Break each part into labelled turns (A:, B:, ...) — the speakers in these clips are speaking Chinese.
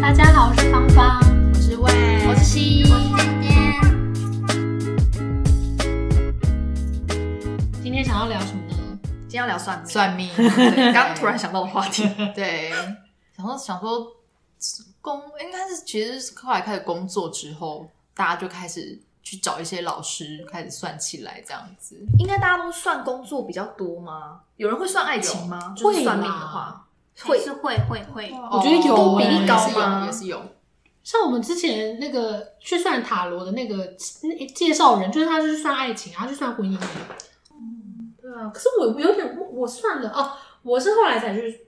A: 大家好，我是芳芳，我是魏，
B: 我是西。
A: 今天想要聊什么呢？
B: 今天要聊算命，
C: 算命， 对
B: 刚突然想到的话题。
C: 对，想说想说工应该是其实是后来开始工作之后，大家就开始去找一些老师开始算起来这样子。
B: 应该大家都算工作比较多吗？有人会算爱情吗？就是算命的话，
D: 会
B: 会
D: 是会会会，
C: 我
A: 觉得有
B: 比例高吗
C: 也是有，
A: 像我们之前那个去算塔罗的那个那介绍人，就是他去算爱情，他去算婚姻的。对啊，可是我有点我我算了哦，我是后来才去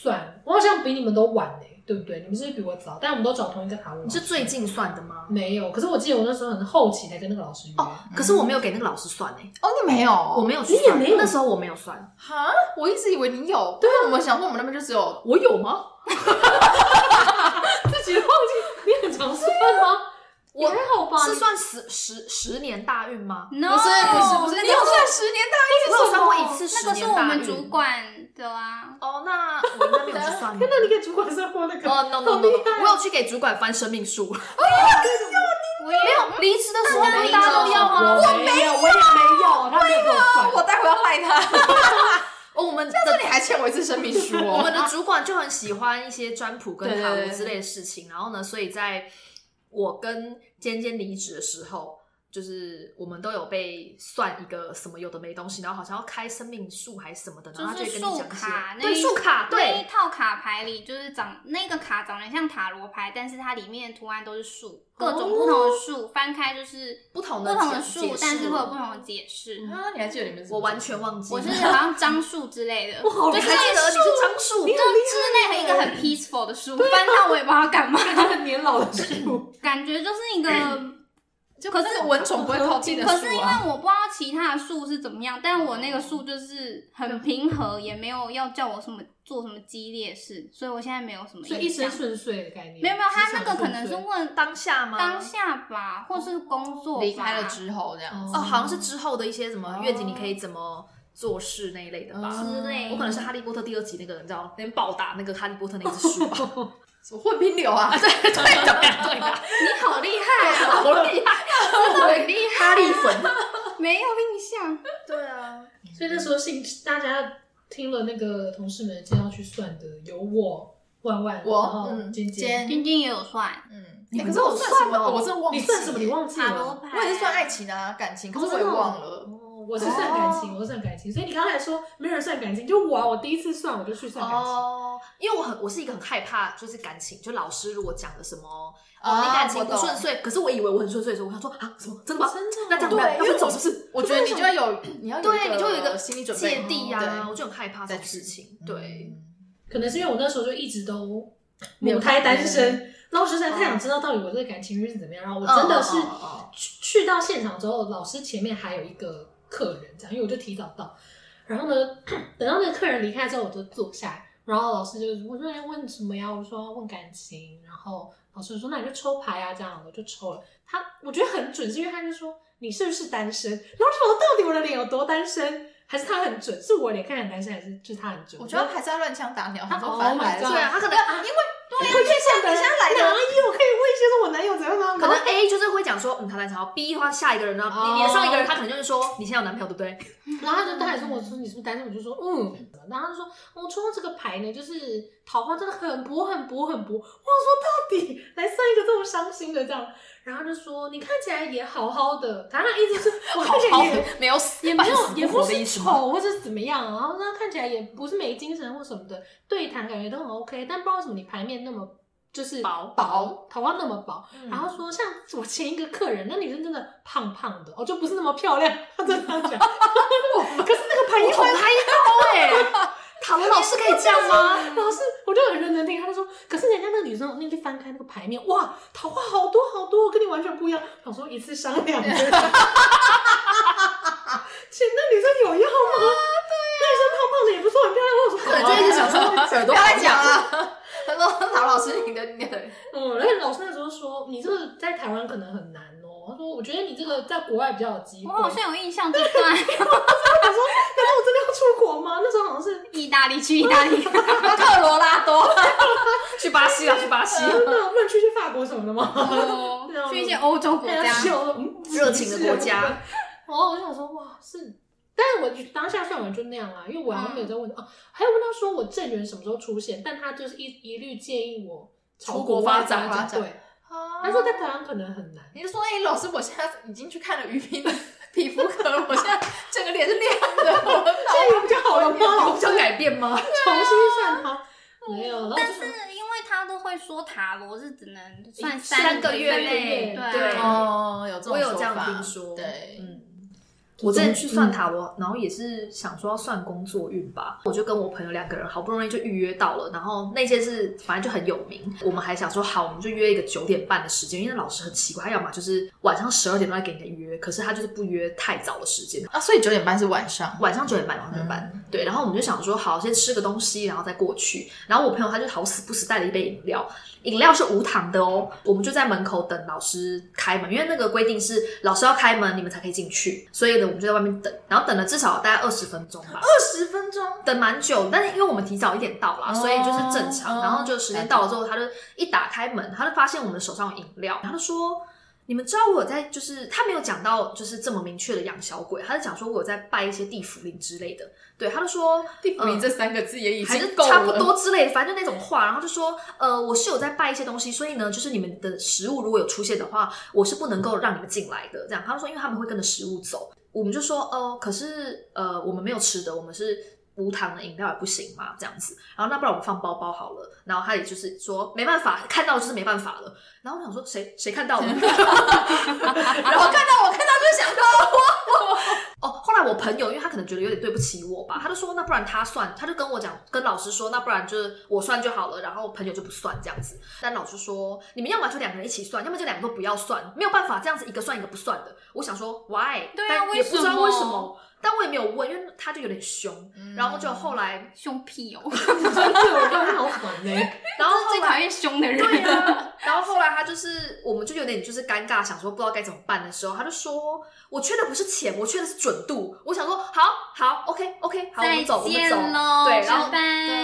A: 算，我好像比你们都晚嘞、对不对？你们是不是比我早，但我们都找同一个塔罗老
B: 你
A: 师。
B: 是最近算的吗？
A: 没有，可是我记得我那时候很后期才跟那个老师约。
B: 哦，可是我没有给那个老师算诶，
C: 哦，你没有，
B: 我
C: 我
B: 嗯没有去
A: 你也
B: 算，
A: 没有
B: 那时候我没有算，
C: 哈，我一直以为你有，对啊，我们想说我们那边就只有
B: 我有吗？
A: 自己忘记，你很常算吗？
B: 我
A: 还好吧？
B: 是算十十十年大运吗？
D: 不是
C: 不是不是不是，你有
D: 那
C: 算十年大
B: 我有算过一次十
D: 个是
B: 年
D: 我
B: 大
D: 们
B: 运。
D: 主管的啊，
B: 哦，那我应该没有去算。
A: 天 哪，你给主管算过那个？
B: 哦，no no
A: 好
B: no，,
A: 厉
B: no
A: 害
B: 我有去给主管翻生命数，
D: 我也
B: 没有离职的时候不是大家都要吗？
A: 我没有，我也没有，他没有给我算。
C: 运，我待会要赖 他，
B: 哦，我们的
C: 但是你还欠我一次生命书
B: 我
C: 哦。
B: 们的主管就很喜欢一些占卜跟
C: 对
B: 塔
C: 对
B: 罗
C: 对
B: 之类的事情，然后呢，所以在我跟尖尖离职的时候，就是我们都有被算一个什么有的没东西，然后好像要开生命数还是什么的，然后他
D: 就
B: 会跟
D: 是
B: 啊
D: 数
B: 你讲一些
D: 卡，那
B: 对
D: 一
B: 数卡，
D: 那一
B: 对
D: 套卡牌里就是长那个卡长得像塔罗牌，但是它里面的图案都是树，各种不同的树，翻开就是
B: 哦不同
D: 不
B: 的
D: 同的
B: 解
D: 树
B: 解，释嗯
D: 但是会有不同的解释。
C: 啊，你还记得你们是什么
B: 我完全忘记了，
D: 我是好像樟树之类的，
B: 我
D: 就
B: 还记
D: 是
B: 得你是樟树，
D: 就之类的一个很 peaceful 的树，翻它我也不知道干 嘛，
C: 很年老的树，
D: 感觉就是一个。
C: 就
D: 可是
C: 不蚊虫不会靠近的
D: 可是
C: 树
D: 因为
C: 啊。
D: 我不知道其他的树是怎么样，但我那个树就是很平和，也没有要叫我什么做什么激烈事，所以我现在没有什么
A: 所以一
D: 印象
A: 生顺遂的概念。
D: 没有没有，他
A: 职
D: 那
A: 场
D: 个可能
A: 顺
D: 是
A: 遂
D: 问
B: 当下吗？
D: 当下吧，或是工作吧
C: 离开了之后这样子
B: 哦，好像是之后的一些什么愿景，你可以怎么做事那一类的吧。
C: 哦嗯
D: 之类的。
B: 我可能是《哈利波特》第二集那个，你知道，那边暴打那个哈利波特那 只书吧。
C: 什么混拼流啊？
B: 对对啊对的，
D: 你好厉害啊，
B: 好厉 害，
D: 很厉
C: 啊
D: 害，
B: 哈利粉。
D: 没有印象。
B: 对啊，
A: 所以那时候兴趣，大家听了那个同事们的介绍去算的，有我、万万，
C: 我
A: 然后
C: 嗯
A: 尖
C: 尖
A: 尖，
D: 晶晶也有算
C: 嗯，
B: 你
C: 欸
B: 们
C: 可是
B: 都
C: 我
B: 有
C: 算
B: 算
C: 什么？
B: 哦
C: 我真的忘记
A: 你算什么？你忘记
D: 塔罗
A: 了？
D: 牌，
C: 我也是算爱情啊，感情，可是我也忘了。
A: 哦，我是算感情，我是算感情。所以你刚才说没有人算感情，就我啊，我第一次算我就去算感情。
B: 哦，因为我很我是一个很害怕，就是感情，就老师如果讲的什么，哦，
C: 啊
B: 你感情不
C: 我懂
B: 顺遂，可是我以为我很顺遂的时候，我想说啊，什么真的吗？
A: 真的哦
B: 那这样
C: 对
B: 要要
C: 因为
B: 分手是不是？
C: 我觉得你就要有，你要 有
B: 对，你就有一
C: 个
B: 个
C: 心理准备嗯
B: 芥蒂
C: 对
B: 啊，我就很害怕这种事情。
C: 嗯
B: 对，
A: 可能是因为我那时候就一直都
C: 没有
A: 母胎单身，然后我实在太想知道到底我这个感情运是怎么样。然后
C: 哦
A: 我真的
B: 嗯
A: 是
B: 嗯嗯嗯
A: 去去到现场之后，老师前面还有一个客人，这样，因为我就提早到。然后呢， 等到那个客人离开之后，我就坐下来，然后老师就我说哎问什么呀？我说问感情。然后老师就说那你就抽牌啊，这样我就抽了。他我觉得很准，是因为他就说你是不是单身？然后我说哦到底我的脸有多单身？还是他很准？是我脸看起来很单身，还是就是他很准？
C: 我觉得还是要乱枪打鸟，
A: 他
C: 很多反来
A: Oh
C: 了
A: my
C: 对
A: god
B: 对
C: 啊，
B: 啊，他可能因为
A: 对会去上
C: 你现在来
A: 哪
C: 的
A: 有可以问一些说我男友怎样怎样？
B: 可能 A 就是会讲说，嗯，他在吵；B 的话，下一个人呢，
A: 哦
B: 你连上一个人，他可能就是说，你现在有男朋友对不对？
A: 然后他就他还说我说你是不是单身？我就说嗯，然后他就说我抽到这个牌呢，就是桃花真的很薄很薄很薄。我想说到底来算一个这么伤心的这样，然后他就说你看起来也好好的，他那意思是我看起 来也
B: 没有
A: 也
B: 也
A: 没有也不
B: 的意思
A: 是
B: 吗？
A: 丑或者怎么样，啊然后他看起来也不是没精神或什么的，对谈感觉都很 OK，但不知道为什么你牌面那么。就是
B: 薄嗯
A: 薄，桃花那么薄，然后说像我前一个客人，那女生真的胖胖的，哦，就不是那么漂亮，她真的这样讲。 可是那个牌一
B: 捅
A: 翻
B: 开刀哎， 塔罗老师可以这 样吗？
A: 老师，我就很认真听，他就说，可是人家那个女生，那就翻开那个牌面，哇，桃花好多好多，跟你完全不一样。想说一次伤两 个，请那女生有要吗？那女生胖胖的也不错，很漂亮。我有说，啊
B: 可能啊就一直想说耳
C: 不啊
B: 朵
C: 要
B: 好
C: 再
B: 痒
C: 讲，了。 他说：“陶老师，你的你的，
A: 嗯，而且老师那时候说，你这个在台湾可能很难哦。他说，我觉得你这个在国外比较有机
D: 我
A: 会。
D: 好像有印象这段，
A: 他说，难道我真的要出国吗？那时候好像是
D: 意大利去意大利，
B: 克罗拉多，去巴西啊，去巴巴西，
A: 真的乱去去法国什么 的吗？
D: 哦
A: 对啊
D: 去一些欧洲国
A: 大
D: 家
C: 哦
A: 家， 笑了嗯
B: 热情的国 家。
A: 然后我就想说，哇，是，但是我当下算完就那样啦，因为我好像没有在问、哦，还有问到说我郑源什么时候出现，但他就是一一律建议我朝
B: 出国
A: 外
B: 发展
A: 发
C: 发展
A: 对，
C: 他
A: 他说在台湾可能很难。
C: 你就说，哎、老师，我现在已经去看了于斌的 皮肤科了，我现在整个脸是亮的，我
A: 这个不就好了吗？
B: 你
A: 重
B: 不想改变吗？
A: 新算他没有，然后我就
D: 但
A: 想
D: 是因为他都会说塔罗是只能算
B: 三个
D: 个
B: 月
A: 内
D: 内，
B: 对
D: 对啊，
C: 哦，有这
B: 我有这样
C: 说法
B: 听说
C: 对，
B: 嗯我之前
A: 真的
B: 去算塔罗，然后也是想说要算工作运吧，我就跟我朋友两个人好不容易就预约到了，然后那些是反正就很有名，我们还想说好，我们就约一个九点半的时间，因为那老师很奇怪，他要么就是晚上十二点半给你的约，可是他就是不约太早的时间，
C: 啊，所以九点半是晚上，
B: 晚上九点半，
C: 嗯
B: 晚上九点半，对，然后我们就想说好，先吃个东西，然后再过去，然后我朋友他就好死不死带了一杯饮料，饮料是无糖的哦，我们就在门口等老师开门，因为那个规定是老师要开门，你们才可以进去，所以呢，我们就在外面等，然后等了至少大概二十分钟吧，
C: 二十分钟，
B: 等蛮久，但是因为我们提早一点到啦，
C: 哦
B: 所以就是正常。
C: 哦
B: 然后就时间到了之后，他就一打开门，他就发现我们手上有饮料，他就说。你们知道我有在就是他没有讲到就是这么明确的养小鬼，他就讲说我有在拜一些地府灵之类的，对，他就说
C: 地府
B: 嗯
C: 仪这三个字也已
B: 还是
C: 经够了，
B: 差不多之类的，反正就那种话，然后就说，呃，我是有在拜一些东西，所以呢，就是你们的食物如果有出现的话，我是不能够让你们进来的。这样，他们说，因为他们会跟着食物走，我们就说，哦、可是呃，我们没有吃的，我们是无糖的饮料也不行嘛，这样子。然后那不然我们放包包好了。然后他也就是说，没办法，看到就是没办法了。然后我想说，谁谁看到 了？
C: 然后看到我看到就想到，
B: 哦，后来我朋友，因为他可能觉得有点对不起我吧，他就说那不然他算，他就跟我讲，跟老师说那不然就是我算就好了，然后朋友就不算这样子。但老师说你们要么就两个人一起算，要么就两个都不要算，没有办法这样子一个算一个不算的。我想说 why？
D: 对啊
B: 但也不知道为
D: 为
B: 什
D: 什
B: 么嗯
D: 么，
B: 但我也没有问，因为他就有点凶。然后就
C: 嗯
B: 后来，
D: 凶屁哦，
A: 对嗯我刚刚好烦呢，欸
B: 然后后
D: 最
B: 来
D: 讨厌凶的人。
B: 对呀、 然后后来他就是，我们就有点就是尴尬，想说不知道该怎么办的时候，他就说：“我缺的不是钱，我缺的是准度。”我想说：“好好，OK OK，好，我
D: 再
B: 们走，我们
D: 见
B: 走。”
D: 喽，
B: 对，然后
D: 拜拜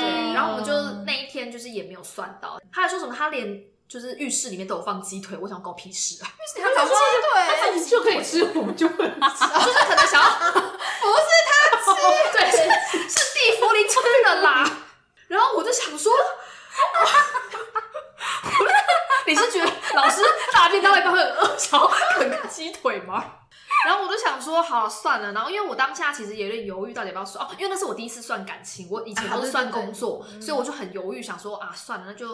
B: 对，然后我们就那一天就是也没有算到，他还说什么他连就是浴室里面都有放鸡腿，我想搞屁事啊！
C: 他早上对，
A: 那你就可以吃，我们就不能吃。
B: 就是可能想要不是他吃，对，是是地福林出去的啦。然后我就想说， 你是觉得老师大便到一半会很饿，想要啃个鸡腿吗？然后我就想说，好算了。然后因为我当下其实也有点犹豫，到底要不要算哦，因为那是我第一次算感情，我以前都是算工作，所以我就很犹豫，想说啊，算了，那就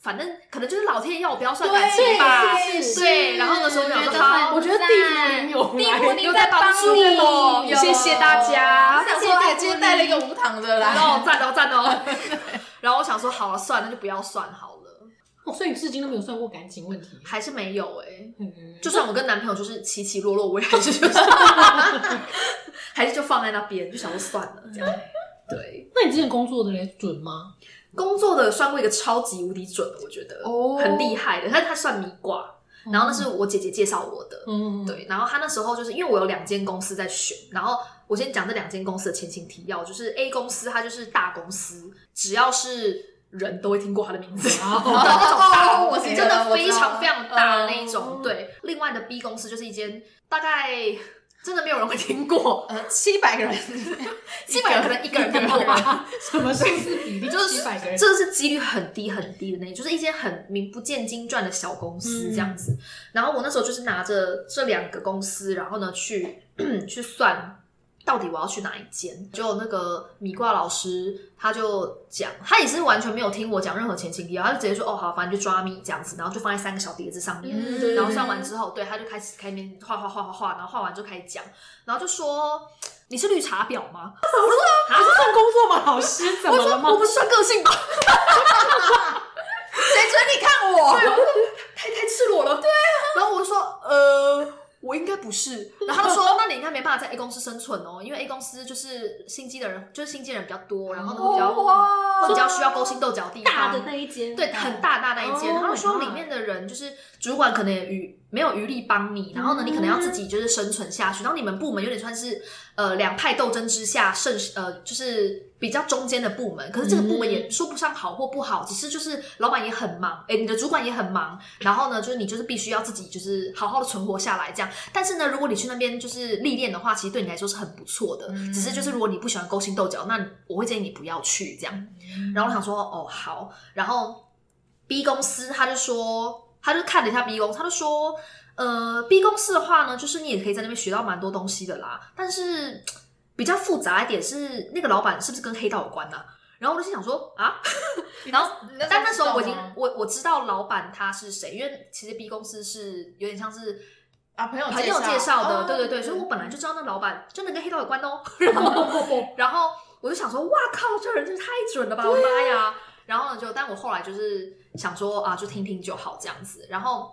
B: 反正可能就是老天要我不要算感情吧。
A: 对是
B: 对，然后那时候就想说，
D: 觉得
B: 好，
D: 很
A: 我觉得地府灵有
D: 地
A: 来
D: 府灵
B: 又在帮助我，
D: 你，
B: 谢谢大家。
C: 他想说，哎，今天带了一个无糖的来，
B: 哦，赞哦赞哦。然后我想说，好了，算了，那就不要算好了，
A: 哦所以你至今都没有算过感情问题，
B: 还是没有哎、
A: 嗯
B: 就算我跟男朋友就是起起落落，我也还是就是， 还是就放在那边，就想说算了这样。对，
A: 那你之前工作的人准吗？
B: 工作的算过一个超级无敌准的，我觉得、
C: 哦
B: 很厉害的，但是他算迷卦，然后那是我姐姐介绍我的，
A: 嗯，
B: 对，然后他那时候就是因为我有两间公司在选，然后我先讲这两间公司的前情提要，就是 A 公司它就是大公司，只要是人都会听过它的名字，
A: 哦
B: 的那种大公
C: 哦我
B: 司，
C: 知道
B: 真的
C: 啊我知
B: 非
C: 道
B: 常非常大的那一
A: 嗯
B: 种。对，另外的 B 公司就是一间大概真的没有人会听过，
C: 呃，七百个人，
B: 基本上可能一个人听过吧。
A: 什么数字比例？
B: 就是
A: 七百个人，
B: 这个是几率很低很低的那种，就是一间很名不见经传的小公司这样子。然后我那时候就是拿着这两个公司，然后呢去 去算。到底我要去哪一间？就那个米卦老师，他就讲，他也是完全没有听我讲任何前情提要，他就直接说，哦，好，反正就抓米这样子，然后就放在三个小碟子上面，
A: 嗯
C: 对
B: 然后算完之后，对，他就开始开面画画画画画，然后画完就开始讲，然后就说你是绿茶婊吗？
A: 不是算工作吗？老师怎
B: 我
A: 么
B: 说
A: 了吗
B: 我？不是算个性吧，
C: 谁准你看我？
B: 太太赤裸了。对啊。然后我就说，呃，我应该不是。然后他就说，那你应该没办法在 A 公司生存哦，因为 A 公司就是心机的人，就是心机人比较多，然后呢会比较、会比较需要勾心斗角的地方。
D: 哦大的那一间，
B: 对，很大大那一间，
A: Oh
B: 他们说
A: my god
B: 里面的人就是主管可能也余没有余力帮你，然后呢，你可能要自己就是生存下去，然后你们部门有点算是呃两派斗争之下，剩呃就是比较中间的部门。可是这个部门
D: 嗯
B: 也说不上好或不好，只是就是老板也很忙，哎，你的主管也很忙，然后呢，就是你就是必须要自己就是好好的存活下来这样。但是呢，如果你去那边就是历练的话，其实对你来说是很不错的。只是就是如果你不喜欢勾心斗角，那你我会建议你不要去这样。然后我想说，哦，好。然后 B 公司他就说，他就看了一下 B 公司，他就说，呃，B 公司的话呢，就是你也可以在那边学到蛮多东西的啦。但是比较复杂一点是，那个老板是不是跟黑道有关呢、然后我就心想说，啊， 然后但那时候我已经我我知道老板他是谁，因为其实 B 公司是有点像是
C: 啊朋友
B: 朋友介绍的，
C: 哦
B: 对对对，所以我本来就知道那老板真的跟黑道有关 哦。然后然后我就想说，哇靠，这人真是太准了吧，我的妈
A: 啊
B: 呀！然后呢，就但我后来就是想说啊，就听听就好这样子。然后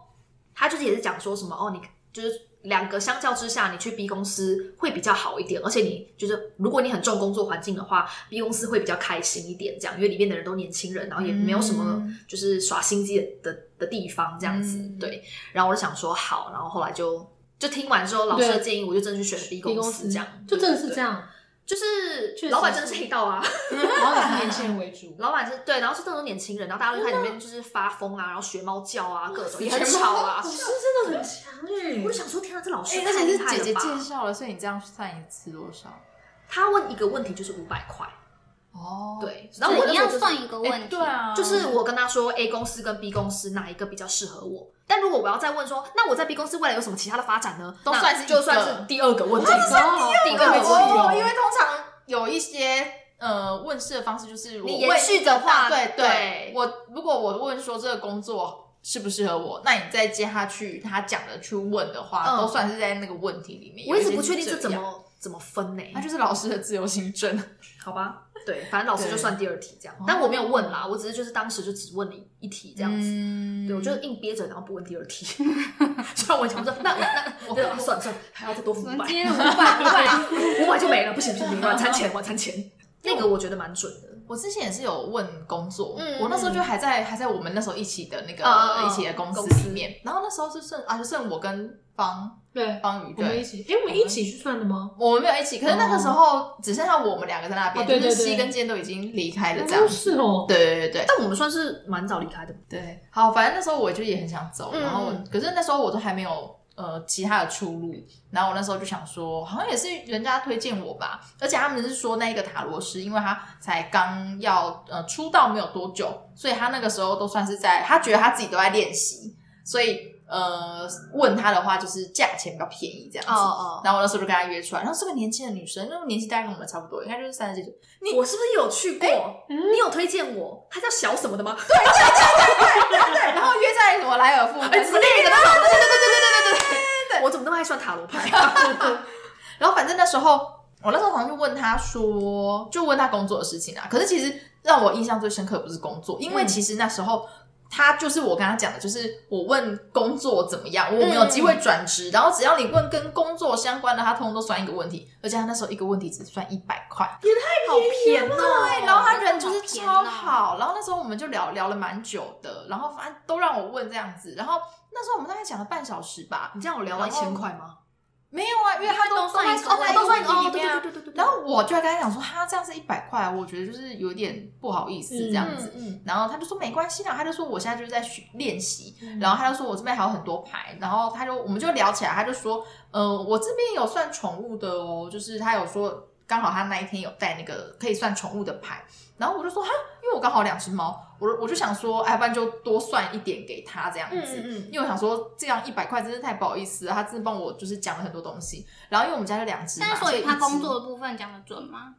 B: 他就是也是讲说什么哦，你就是两个相较之下，你去 B 公司会比较好一点，而且你就是如果你很重工作环境的话，B 公司会比较开心一点，这样，因为里面的人都年轻人，然后也没有什么
C: 嗯
B: 就是耍心机的的的地方这样子。
C: 嗯
B: 对，然后我就想说好，然后后来就。就听完之后，老师的
A: 对
B: 建议，我就真的去选了 B
A: 公
B: 公司，这样
A: 就真的
B: 对
A: 是
B: 对
A: 这样，
B: 就是
A: 确
B: 老板
A: 实
B: 真的是
A: 是
B: 黑道啊，
A: 然后以年轻人为主，
B: 老板是对，然后是这种年轻人，然后大家就在里面就是发疯啊，然后学猫叫啊，各种也很吵啊
A: 老。师真的很强 哎，
B: 我就想说，天啊，这老师
C: 哎
B: 太
C: 而
B: 厉
C: 且是
B: 害
C: 姐
B: 了
C: 姐介
B: 吧！
C: 绍了，所以你这样算一次多少？
B: 他问一个问题就是五百块，
C: 哦，
B: 对，
D: 然
B: 然后
D: 后我
B: 我那
D: 一
B: 时候
D: 样
B: 就是
D: 算一个问
C: 哎
D: 题，
C: 对，啊，
B: 就是我跟他说 A 公司跟 B 公司哪一个比较适合我，但如果我要再问说，那我在 B 公司未来有什么其他的发展呢？
C: 都
B: 那
C: 算是一
B: 就算
C: 个哦
B: 是第二个问题，
C: 这算
B: 第
C: 一
B: 二
C: 个
B: 个问题
C: 哦
B: 哦，，
C: 因为通常有一些呃问世的方式就是我
B: 你延
C: 问
B: 续的话
C: 对对，
B: 对
C: 我如果我问说这个工作适不适合我，那你再接下去他讲的去问的话，
B: 嗯
C: 都算是在那个问题里面。
B: 我一直不
C: 有些
B: 确定
C: 是
B: 这啊
C: 这
B: 怎
C: 样，
B: 么怎么分呢？
C: 那就是老师的自由行政。
B: 好吧，对，反正老师就
C: 对
B: 算第二题这样
C: 哦，
B: 但我没有问啦，我只是就是当时就只问了一一题这样子。
C: 嗯
B: 对，我就硬憋着，然后不问第二 题。虽然我想说，那那那，我对啊，算了算了，还要再多付
D: 我
B: 五
D: 们
B: 百，
D: 今天五百
B: 五百就没了，不行不行，不行晚餐钱，晚餐钱。 那个我觉得蛮准的，
C: 我之前也是有问工作，
B: 嗯
C: 我那时候就还在还在我们那时候一起的那个、
B: 嗯嗯嗯
C: 一起的公司
B: 公司
C: 里面，然后那时候是剩啊就剩我跟方
A: 对，
C: 方宇
A: 我们一
C: 对。
A: 起，哎，我们一起去算的吗？
C: 我们没有一起，可是那个时候只剩下我们两个在那边，
A: 哦哦对对
C: 就是
A: 对
C: 西跟坚都已经离开了这样
A: 哦
C: 子。
A: 是哦，
C: 对对对对
B: 但我们算是蛮早离开的。
C: 对，好，反正那时候我就也很想走，
B: 嗯
C: 然后
B: 嗯
C: 可是那时候我都还没有呃其他的出路，然后我那时候就想说，好像也是人家推荐我吧，而且他们是说那一个塔罗师，因为他才刚要呃出道没有多久，所以他那个时候都算是在他觉得他自己都在练习，所以呃问他的话就是价钱比较便宜这样子。
B: 哦，
C: 然后我那时候就跟他约出来，然后是个年轻的女生，那个年纪大概跟我们差不多，应该就是三十几岁。
B: 我是不是有去过？
A: 嗯
B: 你有推荐我？他叫小什么的吗？
C: 对，然后约在什么莱尔富夫
B: 哎，之类的那种。对对对对对对 对对。我怎么那么爱算塔罗牌？啊
C: 然后反正那时候，我那时候好像就问他说，就问他工作的事情啊。可是其实让我印象最深刻的不是工作，因为
B: 嗯
C: 其实那时候。他就是我跟他讲的，就是我问工作怎么样，我有没有机会转职，然后只要你问跟工作相关的，他通通都算一个问题，而且他那时候一个问题只算一百块，
B: 好偏哦。
C: 对，然后他人就是
D: 真的好
C: 超
D: 甜哦
C: 好，然后那时候我们就聊聊了蛮久的，然后反正都让我问这样子，然后那时候我们大概讲了半小时 吧，
B: 你这样我聊到一千块吗？
C: 没有啊，因为他都
D: 都算一个
C: 都在
D: 问题
C: 都在
B: 一个
C: 一个问题
B: 哦，
C: 里
B: 对
C: 面啊
B: 对对对对对。
C: 然后我就跟他讲说，哈，这样是一百块，啊我觉得就是有点不好意思这样子。
B: 嗯嗯
C: 然后他就说没关系啦，他就说我现在就是在学练习，
A: 嗯
C: 然后他就说我这边还有很多牌，然后他就我们就聊起来，他就说，呃，我这边有算宠物的哦，就是他有说刚好他那一天有带那个可以算宠物的牌，然后我就说哈，因为我刚好两只猫，我我就想说，哎，不然就多算一点给他这样子，
B: 嗯嗯
C: 因为我想说这样一百块真是太不好意思了，他真的帮我就是讲了很多东西，然后因为我们家就两只嘛，
D: 但是所以
C: 一
D: 他
C: 只
D: 工作的部分讲的准 吗？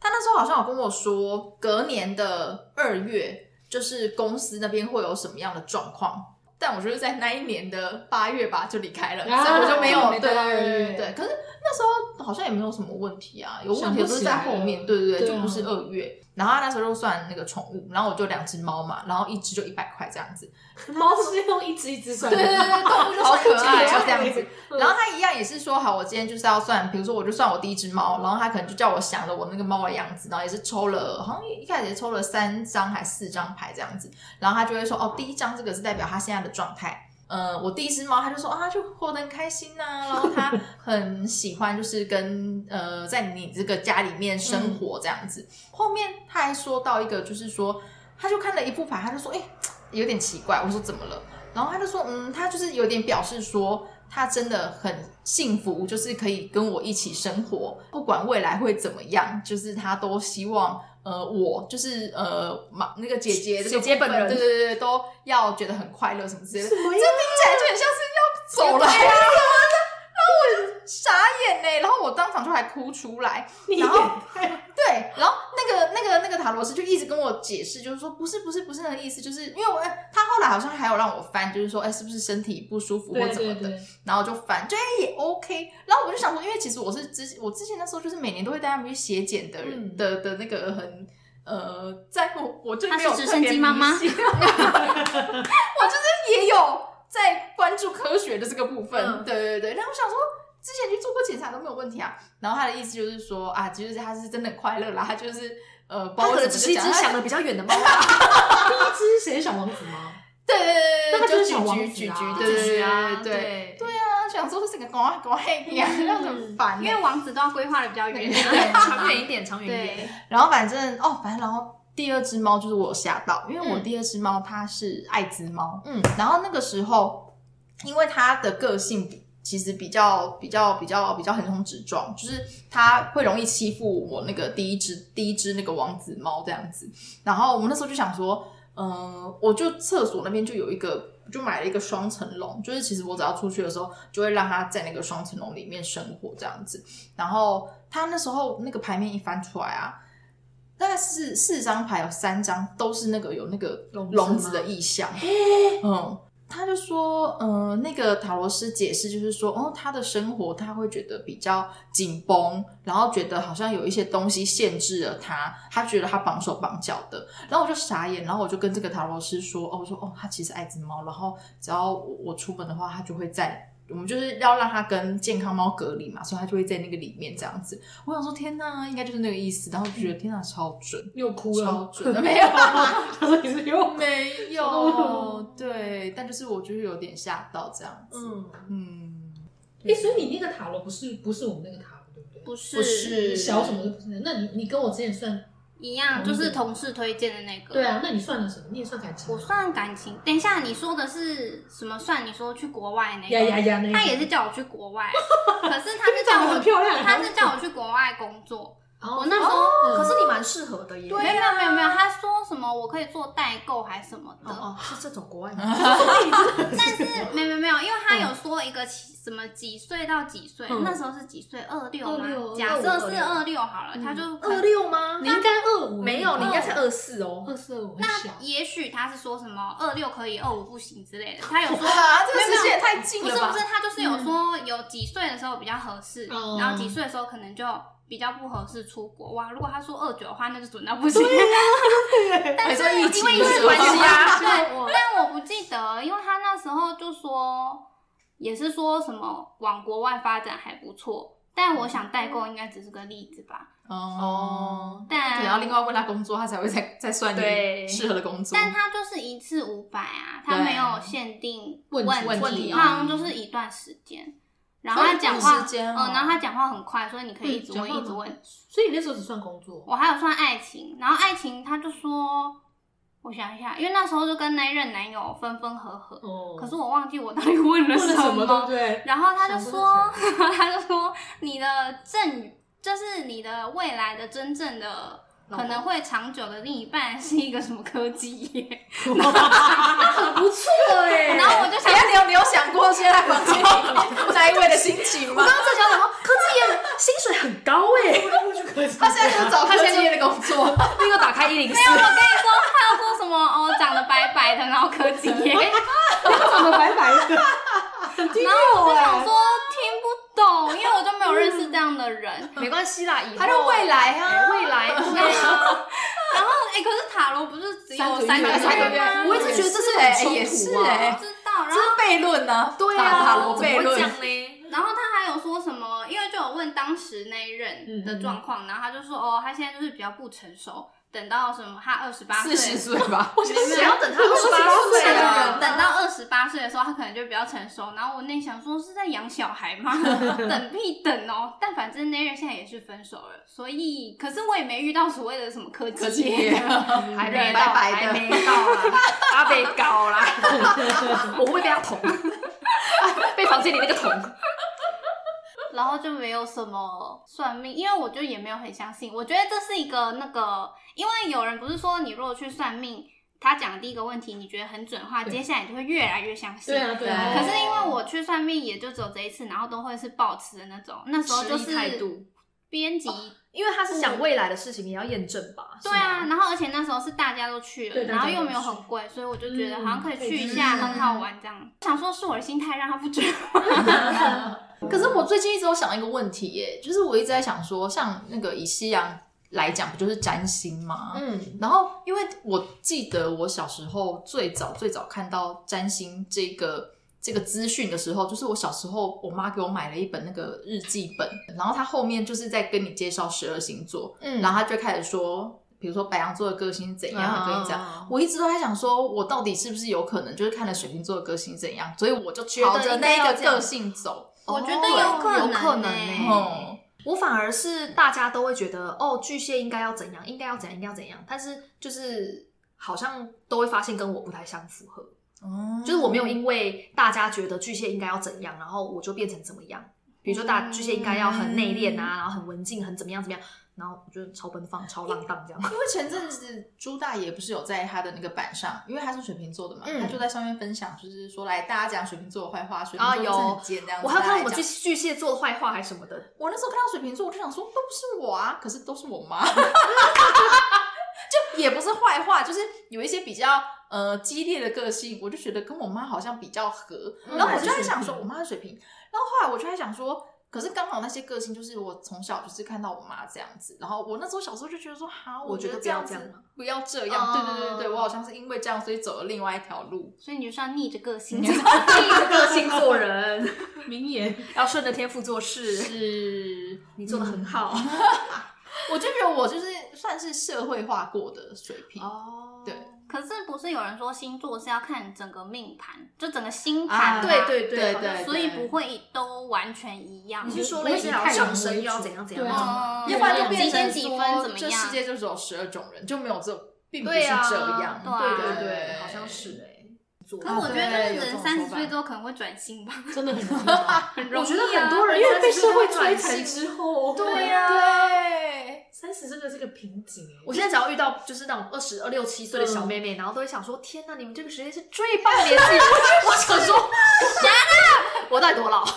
C: 他那时候好像有跟我说，隔年的二月就是公司那边会有什么样的状况，但我就是在那一年的八月吧就离开了，
A: 啊
C: 所以我就没有
A: 没
C: 对对
A: 待到二
C: 对
A: 月
C: 对对。可是那时候好像也没有什么问题啊，有问
A: 想
C: 题
A: 不
C: 都是
A: 起
C: 在
A: 来
C: 后面，
A: 了
C: 对对对，
A: 对
C: 就
A: 啊
C: 不是二月。然后他那时候就算那个宠物，然后我就两只猫嘛，然后一只就一百块这样子，
A: 猫是用一只一只算
C: 对
A: 的，
C: 对对对，动物就算一只
A: 好可爱
C: 就这样子。
A: 嗯
C: 然后他一样也是说，好，我今天就是要算，比如说我就算我第一只猫，然后他可能就叫我想了我那个猫的样子，然后也是抽了，好像一开始也抽了三张还四张牌这样子，然后他就会说，哦，第一张这个是代表他现在的状态。呃，我第一只猫，它就说啊，它就活得很开心呐、 然后它很喜欢就是跟呃，在你这个家里面生活这样子。后面他还说到一个，就是说，他就看了一副牌，他就说，哎、有点奇怪。我说怎么了？然后他就说，嗯，他就是有点表示说，他真的很幸福，就是可以跟我一起生活，不管未来会怎么样，就是他都希望，呃，我就是呃，妈那个姐姐这个
B: 姐姐
C: 部分
B: 本人
C: 对对对，都要觉得很快乐什么之类的。这听
A: 么呀
C: 起来就很像是要走了，还是什
A: 啊
C: 么的，然后我傻眼呢，然后我当场就还哭出来。
A: 你
C: 然后对，然后那个那个那个塔罗斯就一直跟我解释，就是说不是不是不是那个意思，就是因为我哎他后来好像还有让我翻，就是说哎是不是身体不舒服或
A: 对
C: 怎么
A: 对
C: 的，
A: 对，
C: 然后就翻，就哎也 OK。然后我就想说，因为其实我是之我之前那时候就是每年都会带他们去血检的人、
A: 嗯
C: 的的那个很呃在乎，我就
D: 她
C: 没有
D: 是直
C: 特
D: 升
C: 别
D: 机妈
C: 迷
D: 妈
C: 信我就是也有在关注科学的这个部分，
B: 嗯
C: 对对对。但我想说，之前去做过检查都没有问题啊。然后他的意思就是说啊，其实他是真的很快乐啦，他就是呃，包
B: 它可能只是一只想的比较远的猫啊吧。
A: 第一只谁是小王子吗？
C: 对对对对，
A: 那他就是
C: 举
A: 小王
C: 举
A: 子
C: 举
A: 啊
C: 举，
A: 他
C: 对对
B: 只是啊
C: 对对。
B: 对
C: 对啊，想说这个狗啊狗啊一样，
D: 嗯
C: 那很烦欸。
D: 因为王子都要规划的比较远。
B: 对，长远一点，长远一 点。
D: 对，
C: 然后反正哦，反正然后第二只猫就是我有吓到，因为我
B: 嗯
C: 第二只猫它是艾滋猫，
B: 嗯，
C: 然后那个时候因为它的个性比。其实比较比较比较比较横冲直撞，就是它会容易欺负我那个第一只第一只那个王子猫这样子。然后我们那时候就想说，嗯，我就厕所那边就有一个，就买了一个双层笼，就是其实我只要出去的时候，就会让它在那个双层笼里面生活这样子。然后它那时候那个牌面一翻出来啊，大概是四张牌有三张都是那个有那个
B: 笼子吗
C: 笼子的意象，嗯。他就说，呃，那个塔罗师解释就是说，哦，他的生活他会觉得比较紧绷，然后觉得好像有一些东西限制了他，他觉得他绑手绑脚的，然后我就傻眼，然后我就跟这个塔罗师说，哦，我说哦，他其实爱只猫，然后只要我我出门的话，他就会在。我们就是要让它跟健康猫隔离嘛，所以它就会在那个里面这样子。我想说，天哪，应该就是那个意思。然后我就觉得，天哪，超准，
A: 又哭
C: 超
A: 了，
C: 准的，没有，
A: 他说你是又
C: 没有，对。但就是我就是有点吓到这样子，
A: 嗯，
C: 嗯，
A: 哎，所以你那个塔罗不是不是我们那个塔罗，对不对？
D: 不
C: 不是
A: 小什么都不是，那你你跟我之前算
D: 一
B: 嗯
D: 样，就是同事推荐的那个。
A: 对啊，那你算了什么？你也算感情啊
D: 我？算感情。等一下，你说的是什么算？你说去国外那个？
A: 呀呀呀，那
D: 他也
A: 是，
D: 是叫我去国 外，可是他是叫
A: 长得
D: 我
A: 很漂亮
D: 他是叫我去国外工作。
A: 我
D: 我那时候
A: 嗯哦
B: 可是你蛮适合的耶。
D: 没有没有没有没有，他说什么我可以做代购还什么的，
B: 哦，是这种国外吗？
D: 但是没有没有没有，因为他有说一个几什么几岁到几岁，
B: 嗯
D: 那时候是几岁？二六
A: 26
D: 吗？假设是
B: 26
D: 二六好了，他就可
B: 二六吗？
A: 你应该嗯二五，
B: 没有，你应该才二四哦。
A: 二四二五，很小
D: 那。也许他是说什么二六可以，二五不行之类的。他有说
C: 啊，这
D: 没
C: 个
D: 有没有
C: 时间也太近
D: 不是
C: 了
D: 不
C: 吧
D: 是，？他就是有说有几岁的时候比较合适，
A: 哦
D: 然后几岁的时候可能就比较不合适出国。哇，如果他说二九的话，那就准到不行。但是
C: 还说疫
D: 因
C: 情
D: 为疫
C: 的
D: 情
C: 关系啊
D: 对，但我不记得，因为他那时候就说也是说什么往国外发展还不错。但我想代购应该只是个例子吧，
C: 哦，可
D: 但
C: 能要另外问他工作，他才会再再算
B: 对
C: 你适合的工作。
D: 但他就是一次五百啊，他
C: 对
D: 没有限定
A: 问
D: 题，
C: 问题
D: 他好像就是一段时间，然后
C: 所以
D: 他讲
C: 不
D: 话，
C: 是时间哦
D: 嗯，然后他讲话很快，所以你可以一直问，
A: 嗯
D: 一直问。哦
A: 所以你那时候只算工作，
D: 我还有算爱情，然后爱情他就说，我想一下，因为那时候就跟那一任男友分分合合，
A: 哦
D: 可是我忘记我到底问了
A: 问了
D: 什
A: 什么，对不对？
D: 然后他就
A: 想不
D: 说， 他就说你的正，就是你的未来的真正的。可能会长久的另一半是一个什么科技业，
B: 不错哎
D: 然后我就想
C: 等一下，你有你有想过现在房间里那一位的心情吗
B: 刚？刚在讲什么？科技业薪水很高哎，
A: 我就可以
C: 他现在就找科技业的工作，
B: 立刻打开一零四。
D: 我跟你说，他要说什么哦，长得白白的，然后科技耶，
A: 长得白白的，很低
D: 我就
A: 调
D: 想
A: 哎。
D: 说听不懂，因为我就没有认识这样的人。
B: 没关系啦，以后
C: 他就未来啊，
B: 未来对啊，
D: 然后哎、可是塔罗不是只有三
A: 三
D: 个
A: 个
D: 月
A: 月
C: 三个月
D: 吗？
B: 我一直觉得这是很冲突啊
C: 也是
D: 我
C: 哎，
D: 不知道，然
C: 这
D: 后
C: 是悖论呢。
B: 对
C: 塔塔
B: 啊，
C: 罗
B: 怎么
C: 悖
B: 会这
C: 论
B: 样。呢？
D: 然后他还有说什么？因为就有问当时那一任的状况，然后他就说哦，他现在就是比较不成熟。等到什么他二十八
C: 四十岁 吧，
B: 我觉得谁要等他二十八岁
D: 对
B: 啊？
D: 等到二十八岁的时候，他可能就比较成熟。然后我内想说是在养小孩吗？等屁等哦！但反正 Nair 现在也是分手了，所以可是我也没遇到所谓的什么科技
C: 科技
D: 业，
B: 还
C: 没
B: 没
C: 到
B: 到，
C: 还
B: 还
C: 没
B: 没到啦， 阿北搞啦，我会不会被他捅？ 被房间里那个捅？
D: 然后就没有什么算命，因为我就也没有很相信。我觉得这是一个那个，因为有人不是说你如果去算命，他讲的第一个问题你觉得很准的话，
A: 对
D: 接下来你就会越来越相信。
A: 对啊，对啊。
D: 可是因为我去算命也就只有这一次，然后都会是抱持的那种，那时候就
B: 持
D: 是
B: 疑态度
D: 编辑
B: 因为他是讲未来的事情，你要验证吧？
D: 嗯对啊，
B: 是吗，
D: 然后而且那时候是大家都去了，
A: 对
D: 然后又没有
A: 大家都去
D: 很贵，所以我就觉得好像可以
A: 嗯
D: 去一下，
C: 嗯
D: 很好玩这样。想说是我的心态让他不准，
C: 可是我最近一直有想到一个问题耶，就是我一直在想说，像那个以西洋来讲，不就是占星吗？
B: 嗯，
C: 然后，因为我记得我小时候最早最早看到占星这个这个资讯的时候，就是我小时候我妈给我买了一本那个日记本，然后它后面就是在跟你介绍十二星座，
B: 嗯
C: 然后她就开始说，比如说白羊座的个性是怎样，跟你讲。
B: 样，
D: 哦
C: 我一直都在想，说我到底是不是有可能就是看了水瓶座的个性怎样，所以我就朝着那个个性走。
D: 我觉得
B: 哦
D: 有可能
B: 有可能
D: 欸
B: 欸
C: 嗯，
B: 我反而是大家都会觉得哦，巨蟹应该要怎样，应该要怎样，应该要怎样，但是就是好像都会发现跟我不太相符合，
C: 嗯
B: 就是我没有因为大家觉得巨蟹应该要怎样，然后我就变成怎么样。比如说大
D: 嗯
B: 巨蟹应该要很内敛
C: 嗯
B: 啊，然后很文静，很怎么样怎么样，然后我就超奔放、超浪荡 这样。
C: 因为前阵子朱大爷不是有在他的那个板上，因为他是水瓶座的嘛，
B: 嗯
C: 他就在上面分享，就是说来大家讲水瓶座的坏话，水瓶
B: 啊
C: 座就是很贱这样子。
B: 我还有看到
C: 大
B: 什
C: 家
B: 么
C: 来
B: 巨
C: 讲
B: 巨蟹座的坏话还是什么的，
C: 我那时候看到水瓶座，我就想说都不是我啊，可是都是我 妈，就也不是坏话，就是有一些比较呃激烈的个性，我就觉得跟我妈好像比较合，
A: 嗯
C: 然后我
A: 还
C: 就是在
A: 水
C: 想
A: 瓶
C: 说我妈是水瓶，然后后来我就在想说。可是刚好那些个性就是我从小就是看到我妈这样子，然后我那时候小时候就觉得说，哈，
B: 我
C: 觉
B: 觉得
C: 得
B: 不
C: 这
B: 要
C: 样
B: 这
C: 子
B: 样嘛
C: 不要这样，对对对对对，
B: 哦
C: 我好像是因为这样所以走了另外一条路，
D: 所以你就是要逆着个性。
B: 第一个个性做人，
A: 名言，
B: 要顺着天赋做事，
C: 是嗯
B: 你做的很好。
C: 我就觉得我就是算是社会化过的水平，
B: 哦
C: 对
D: 可是不是有人说星座是要看整个命盘，就整个星盘、
C: 啊
B: 对对
C: 对
B: 好像
C: 对
D: 所以不会都完全一样。
B: 你是说
A: 不会
B: 类似
A: 以
B: 要
A: 太阳
B: 上升
A: 为
B: 又要
A: 主
B: 怎样怎
A: 对
B: 样
A: 啊
D: 哦
C: 要不然就
D: 几
C: 变
D: 点
C: 成
D: 几分怎
C: 说
D: 么
C: 这
D: 样？
C: 世界就只有十二种人，就没有这，并不是
B: 对
C: 这
B: 啊，
C: 样，
D: 对啊
B: 对对
C: 对
B: 对，好像是哎、
D: 可是我觉
C: 啊
D: 得
C: 对有这
D: 人
C: 种
D: 三
C: 说
D: 十
C: 法
D: 岁之后可能会转星吧，
A: 真的很容易啊。
D: 很容
B: 我
D: 易、啊。
B: 觉得很多人
A: 因为被
B: 30
A: 社会
B: 岁
A: 摧
B: 转
A: 残啊
B: 型
A: 之后，
B: 对
D: 啊
C: 呀、对，
A: 三十真的是个瓶颈哎。
B: 我现在只要遇到就是那种二十二六七岁的小妹妹，然后都会想说：天哪，你们这个时间是最棒的年纪！我想说，我到底多老？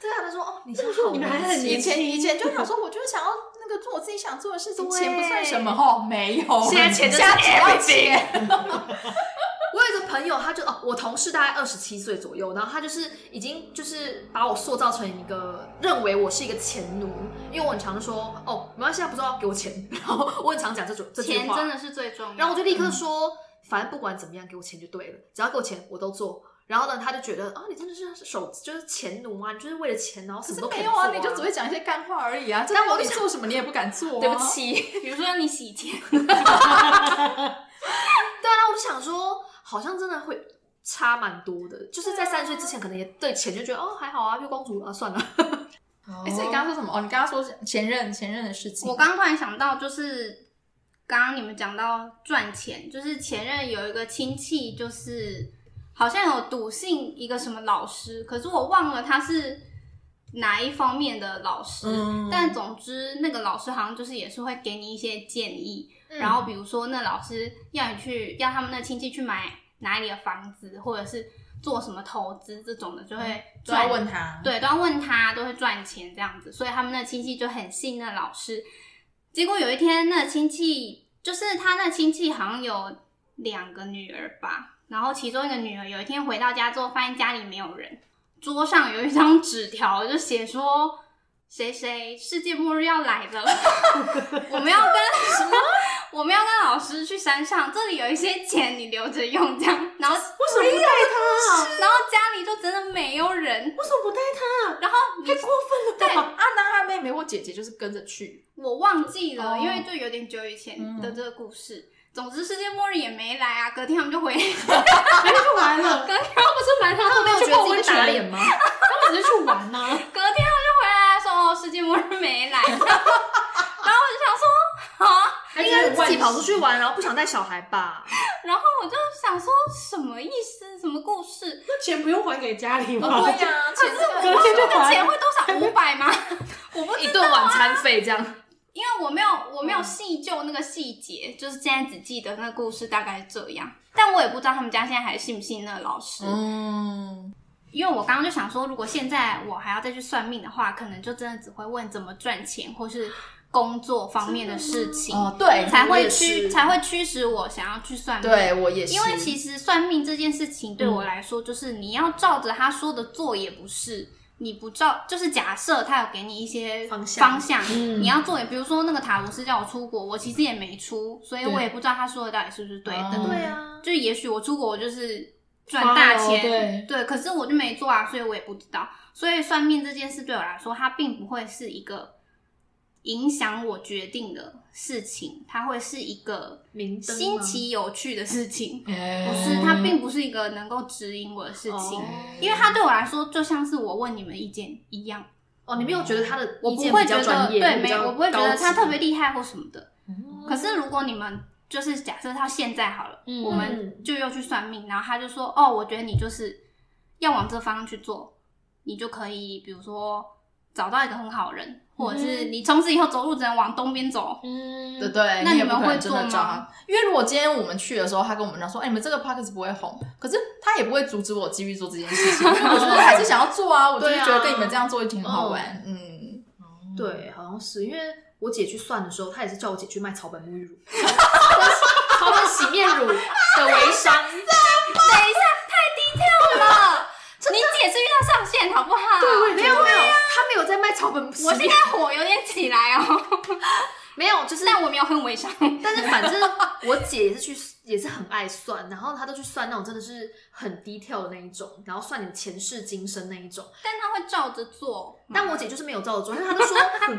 B: 对啊，她说：哦，你现在好
A: 你们还
B: 年
A: 很
B: 轻
C: 以
A: 年
C: 前
A: 轻
C: 以前就 想说，我就是想要那个做我自己想做的事情，
B: 对
C: 钱不算什么哦，没有，
B: 现在钱就是
C: 现在只要
B: everything
C: 钱，
B: 我有一个朋友，他就哦，我同事大概二十七岁左右，然后他就是已经就是把我塑造成一个认为我是一个钱奴，因为我很常说哦，没关系，他不知道给我钱， 然后我很常讲这种这句
D: 钱
B: 话，
D: 真的是最重要的。
B: 然后我就立刻说，反正不管怎么样，给我钱就对了，只要给我钱我都做。然后呢，他就觉得啊，你真的是手就是钱奴啊，你就是为了钱，然后什
C: 可
B: 么
C: 是
B: 都肯
C: 没
B: 做、
C: 有
B: 啊。
C: 啊，你就只会讲一些干话而已啊，
B: 但我
C: 你做什么你也不敢做、啊
B: 对不，起，
D: 比如说让你洗钱，
B: 对啊，然后我就想说，好像真的会差蛮多的，就是在三十岁之前，可能也对钱就觉得哦还好啊，月光族啊算了。
C: 哎、所以你刚刚说什么？哦，你刚刚说是前任前任的事情，
D: 我刚突然想到，就是刚刚你们讲到赚钱，就是前任有一个亲戚，就是好像有笃信一个什么老师，可是我忘了他是哪一方面的老师。
C: 嗯
D: 但总之，那个老师好像就是也是会给你一些建议，然后比如说那老师要你去要他们那亲戚去买哪里的房子，或者是做什么投资这种的，就会
C: 就要
D: 赚
C: 问他，
D: 对，都要问他，都会赚钱这样子，所以他们那亲戚就很信任老师。结果有一天，那亲戚就是他那亲戚好像有两个女儿吧，然后其中一个女儿有一天回到家之后，发现家里没有人，桌上有一张纸条，就写说谁谁世界末日要来 了，我们要跟什么？ 我们要跟老师去山上，这里有一些钱，你留着用这样。然后为
A: 为什么不带他？
D: 然后家里就真的没有人，
A: 为什么不带他？
D: 然后
A: 太过分了吧！
D: 对
C: 阿南他妹妹或姐姐就是跟着去，
D: 我忘记了，
C: 哦
D: 因为就有点久以前
C: 嗯
D: 的这个故事。总之，世界末日也没来啊，隔天他们就回，
A: 去玩了，
D: 隔天
A: 他不是瞒他，他
B: 没有觉
A: 去
B: 得自己
A: 逛温
B: 被打
A: 打
B: 脸吗？
A: 他们只是去玩呐、
D: 哦隔天他们就回来说哦，世界末日没来。然后我就想说啊，
A: 还
B: 应该是自己跑出去玩，然后不想带小孩吧？
D: 然后我就想说什么意思？什么故事？
A: 那 钱不用还给家里吗？
C: 哦 对
D: 啊
C: 呀，啊钱
A: 隔天就
D: 这个
A: 还
D: 钱会多少？五百吗？我不
B: 一顿晚餐费这样，
D: 因为我没有我没有细究那个细节，就是现在只记得那个故事大概是这样，但我也不知道他们家现在还信不信那个老师，
C: 嗯，
D: 因为我刚刚就想说，如果现在我还要再去算命的话，可能就真的只会问怎么赚钱或是工作方面的事情，
C: 哦，对
D: 才
B: 我
D: 会
B: 也是
D: 驱才会驱使我想要去算命。
C: 对，我也是，
D: 因为其实算命这件事情对我来说，就是你要照着他说的做也不是，你不照就是假设他有给你一些
B: 方向
A: 嗯
D: 你要做也，比如说那个塔罗师叫我出国，我其实也没出，所以我也不知道他说的到底是不是对的。
C: 哦对
B: 啊，
D: 就也许我出国我就是赚大钱，
A: 对
D: 可是我就没做啊，所以我也不知道。所以算命这件事对我来说，它并不会是一个影响我决定的事情，它会是一个
B: 明灯吗
D: 新奇有趣的事情。不
C: 嗯哎
A: 不
D: 是，它并不是一个能够指引我的事情，
B: 哦
C: 嗯
D: 因为它对我来说就像是我问你们意见一样，
B: 哦，你没有觉得他的
D: 我
B: 意
D: 不
B: 见
D: 会
B: 比
D: 觉
B: 较
D: 得
B: 专业，
D: 对
B: 比
D: 没，
B: 较
D: 我不会觉得
B: 高级
D: 他特别厉害或什么的。可
A: 可
D: 是如果你们就是假设他现在好了，
A: 嗯
D: 我们就又去算命，然后他就说哦，我觉得你就是要往这方向去做，你就可以比如说找到一个很好的人，或者是你从此以后走路只能往东边走，
A: 嗯
C: 对对，
D: 那
C: 你
D: 你
C: 也不
D: 们
C: 可能
D: 会
C: 真
D: 做
C: 的照
D: 吗
C: 他。因为如果今天我们去的时候，他跟我们讲说，哎、你们这个 p o c k e t 不会红，可是他也不会阻止我继续做这件事 情，因为我就是还是想要做啊，我就是
B: 对啊
C: 觉得跟你们这样做已经很好玩，嗯，
B: 对，好像是因为我姐去算的时候，她也是叫我姐去卖草本沐浴乳、
A: 他们洗面
B: 的
A: 乳
B: 微商。
D: 你姐是遇到上限好不好？
B: 没有没有，她没有在卖草本，
D: 我啊现在火有点起来哦，
B: 没有，就是
D: 但我没有很微商。
B: 但是反正我姐也是去，也是很爱算，然后她都去算那种真的是很低调的那一种，然后算你前世今生那一种。
D: 但他会照着做。
B: 但我姐就是没有照着做，因为她就说，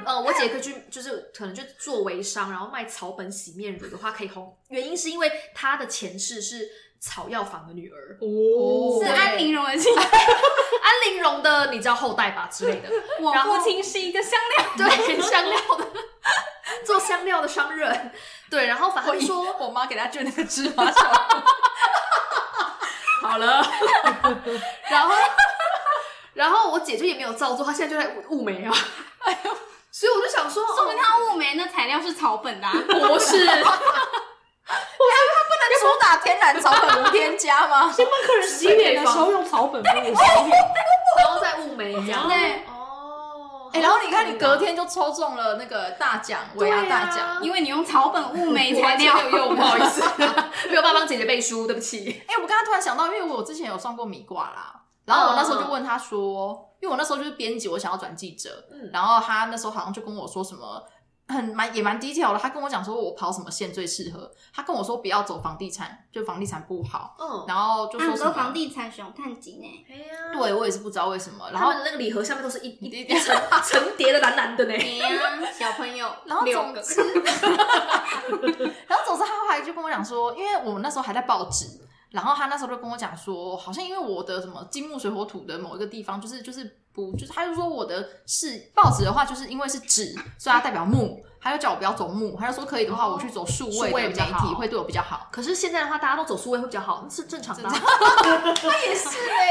B: 呃，我姐可以去，就是可能就做微商，然后卖草本洗面乳的话可以红，原因是因为她的前世是草药房的女儿，
A: 哦
D: 是
B: 对
D: 安陵容的亲，
B: 安陵容的你知道后代吧之 类的，
D: 我
B: 然后
D: 父亲是一个香料。
B: 对，香料的， 做香料的商人，对，然后反正
C: 我
B: 她就说，
C: 说我妈给他捐那个芝麻球，
B: 好了，然后 然后我姐就也没有照做，她现在就在雾雾眉啊，所以我就想说，
D: 说明
B: 哦、
D: 他雾眉那材料是草本的、啊，
B: 博 士，
C: 不能主打天然草本无添加吗？
A: 先帮客人洗脸的时候用草本帮我洗脸，
B: 然后在雾眉这样，
D: 对，
B: 哦，
C: 哎、然后你看你隔天就抽中了那个大奖，维
B: 对啊
C: 亚大奖。
D: 因为你用草本雾眉材料
B: 我。完全没 有用，不好意思，没有办法帮姐姐背书，对不起。
C: 哎、我刚刚突然想到，因为我之前有算过米卦啦，然后我那时候就问他说，因为我那时候就是编辑，我想要转记者，
B: 嗯
C: 然后他那时候好像就跟我说什么。很蛮也蛮低调的，他跟我讲说我跑什么线最适合，他跟我说不要走房地产，就房地产不好，
B: 嗯，
C: 然后就说
D: 按
C: 什
D: 哥
C: 么
D: 啊房，地产熊探集 呢，
B: 哎呀，
C: 对我也是不知道为什么，然
B: 他
C: 后
B: 们的那个礼盒下面都是一一
C: 一
B: 一 层层叠的蓝蓝的呢。
D: 哎呀，小朋友，
C: 然后
D: 六
C: 总
D: 个，
C: 之， 然后总之，他后来就跟我讲说，因为我们那时候还在报纸，然后他那时候就跟我讲说，好像因为我的什么金木水火土的某一个地方，就是就是不就是，他就说我的是报纸的话，就是因为是纸，所以它代表木，他就叫我不要走木，他就说可以的话，我去走数位
B: 数位
C: 的
B: 比
C: 媒
B: 较好
C: 体会对我比较好。
B: 可是现在的话，大家都走数位会比较好，是正常的啊。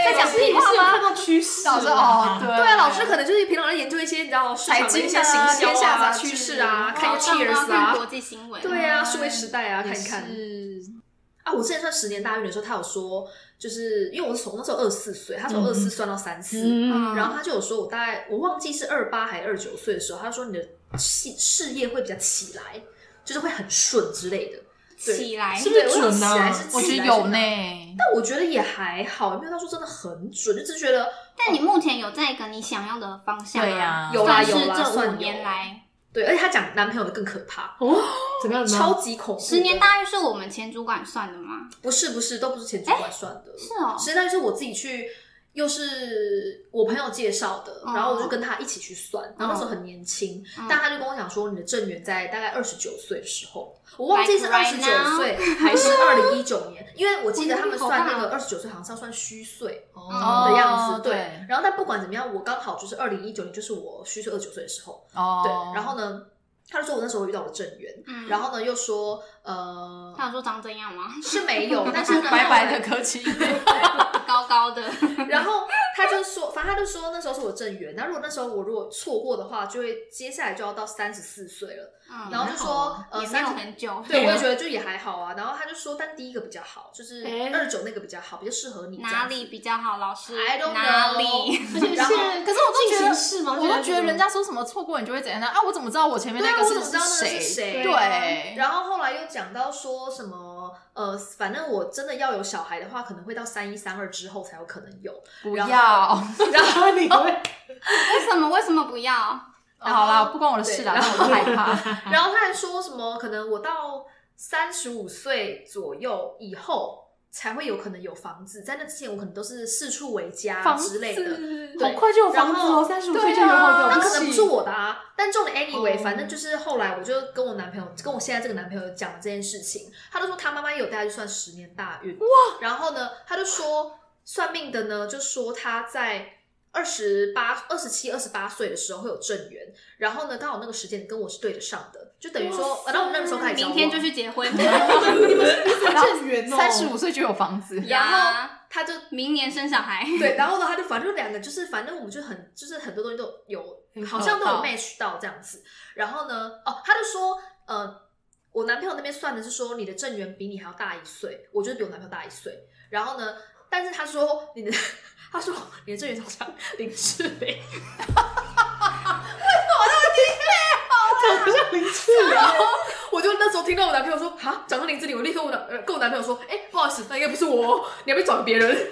C: 在
B: 讲屁话吗
A: 是有看到趋势
C: 老师
A: 啊
C: 哦，对
B: 对啊，老师可能就是平常在研究一些你知道市场的一些
C: 财经啊
B: 行销
C: 天下
B: 啊、
C: 杂志
B: 趋势啊，
C: 哦
B: 看一
D: 上
B: 些
D: 班
B: Cheers
D: 看
B: 啊，
D: 国际新闻，
B: 对啊，数位时代啊，看一看
C: 是
B: 啊。我之前算十年大运的时候，他有说，就是因为我是从那时候二十四岁，他从
A: 嗯
B: 二十四算到三四、
A: 嗯
B: 然后他就有说，我大概我忘记是二八还是二九岁的时候，他说你的事事业会比较起来，就是会很顺之类的。对
D: 起来，
A: 是不是
B: 哎对我想
A: 准啊
B: 起来是起来
C: 我觉得
B: 是啊
C: 有
B: 哪
C: 呢，
B: 但我觉得也还好，也没有到说真的很准，就只是觉得
D: 但你目前有在一个你想要的方向
C: 对呀
D: 啊，
B: 有
D: 算
B: 啦
D: 是
B: 有啦算
D: 这
B: 有
D: 五年来，
B: 对，而且她讲男朋友的更可怕，
A: 哦，怎么样？怎么样
B: 超级恐怖的。
D: 十年大运是我们前主管算的吗？
B: 不是不是，都不是前主
D: 哎
B: 管算的，
D: 是哦，
B: 实在是我自己去，又是我朋友介绍的，
D: 嗯
B: 然后我就跟他一起去算，然后那
D: 哦
B: 时候很年轻，
D: 嗯
B: 但他就跟我讲说，你的正缘在大概二十九岁的时候，我忘记是
D: Like
B: 二
D: right
B: 十九岁还是二零一九年，因为我记得他们
D: 我觉
B: 算那
D: 得好
B: 个
D: 棒
B: 二十九岁好像是要算虚岁。
A: 哦
B: 的样
C: 哦
B: 子，对
C: 对。
B: 然后但不管怎么样，我刚好就是二零一九年，就是我虚岁二十九岁的时候，
C: 哦，
B: 对。然后呢，他就说我那时候遇到了正缘，
D: 嗯
B: 然后呢又说呃
D: 哦他有说长怎样吗？
B: 是没有，但是呢
C: 白白
B: 后来
C: 的科技，
D: 高高的，
B: 然后他就说，反正他就说那时候是我正缘，那如果那时候我如果错过的话，就会接下来就要到三十四岁了。
D: 嗯
B: 然后就说，呃，
D: 也没有
B: 三十。
D: 很啊久，
B: 对，我也觉得就也还好啊。然后他就说，但第一个比较好，就是
A: 哎
B: 二十九那个比较好，比较适合你。
D: 哪里比较好，老师
B: I don't know
D: 哪里？
A: 而且
B: 然后
A: 现在
C: 可是我都觉得
A: 进行式吗？
C: 我都觉得人
A: 家
C: 家说什么错过你就会怎样啊？我怎么知道我前面那
B: 对啊
C: 个
B: 我怎么知道那个
C: 谁？
B: 是谁啊
C: 对
D: 对，
B: 然后后来又讲到说什么，呃，反正我真的要有小孩的话，可能会到三一三二之后才有可能有。
C: 不
B: 然
C: 要。
B: 后
A: 然后你会
D: 为什么？为什么不要？
C: 啊好啦，不关我的事啦，
B: 对
C: 但我就害怕。
B: 然后他还说什么，可能我到三十五岁左右以后才会有可能有房子，在那之前我可能都是四处为家
C: 房
B: 之类的。
A: 好
B: 对
A: 快就有房子
B: 然
A: 了，
B: 后
A: 三十五
C: 对啊
A: 岁就有好
B: 那
A: 了，
B: 可能不
A: 起
B: 是我的啊，但重点 anyway，、
A: 哦
B: 反正就是后来我就跟我男朋友，跟我现在这个男朋友讲了这件事情，他就说他妈妈也有带他去算十年大运，哇！然后呢，他就说算命的呢，就说他在二十八、二十七、二十八岁的时候会有正缘，然后呢，刚好那个时间跟我是对得上的，就等于说，呃，那我们那个时候开始
D: 明
B: 交往
D: 天就去结婚， 啊
A: 然后远哦，
C: 三十 五岁就有房子，
B: 然后
D: 呀
B: 他就
D: 明年生小孩，
B: 对，然后呢，他就反正就两个就是反正我们就很就是很多东西都有
A: 很
B: 好像都有
C: 好到
B: match 到这样子。然后呢，哦，他就说呃，我男朋友那边算的是说你的正缘比你还要大一岁，我就是比我男朋友大一岁。然后呢，但是他说你的 他说你的正缘好像 林志玲，
A: 长得像林志玲，
B: 我就那时候听到我男朋友说啊，长到林志玲，我立刻我男呃跟我男朋友说，哎、不好意思，那应该不是我哦，你要不要转给别人？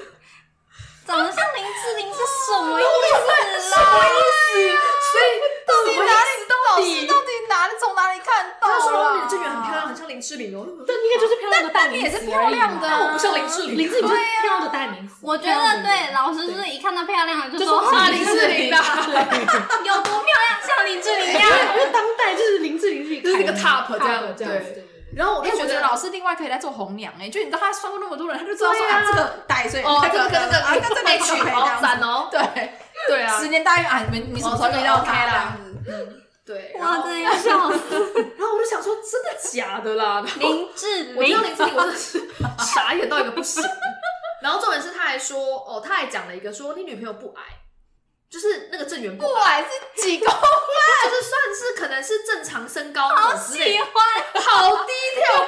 D: 长得像林志玲是什么意思啦？
B: 所以到底哪里
C: 老师到底哪里从哪里看到啊？
B: 他说你的正缘很漂亮，很像林志玲哦。
A: 但应该就是漂亮的代名词
C: 但你也是
A: 而已嘛，
C: 漂亮的啊
B: 但我不像林志玲，
A: 林志玲就是漂亮的代名词。
D: 我觉
A: 漂亮
D: 得
A: 的
D: 对，老师就是一看到漂亮的就
A: 就
D: 说
A: 说
D: 哇
A: 啊
D: 林
A: 林
D: 志
A: 志
D: 玲
A: 玲的，
D: 有多漂亮，像林志玲一
A: 因
D: 样。
A: 为因为当代就是林志玲自己
B: 就是那个
A: 开的
B: top 这样
A: 这样
B: 对
A: 子。
B: 然后我
C: 我
B: 就
C: 就
B: 觉
C: 觉
B: 得
C: 得老师另外可以来做红娘哎，就你知道他算过那么多人，他就知道说
B: 对啊
C: 啊这个大一岁，
B: 哦，
C: 他
B: 这个跟
C: 跟
B: 这个
C: 啊跟这个
B: H 好赞
C: 哦，
B: 哦，
C: 对，
B: 对啊
C: 十，年大运啊，你们你什么时候遇到他啦？
B: 对。然
D: 哇，
B: 后
D: 真的要笑死！
B: 然后我就想说，真的假的啦？
D: 林志
B: 我
D: 玲
B: 听到林志玲，我真的是傻眼到一个不行。然后重点是，他还说，哦，他还讲了一个说，你女朋友不矮，就是那个郑源不矮，
C: 过来是几公
B: 就是算是可能是正常身高那种之类
D: 喜
B: 的。
D: 欢，
B: 好低调。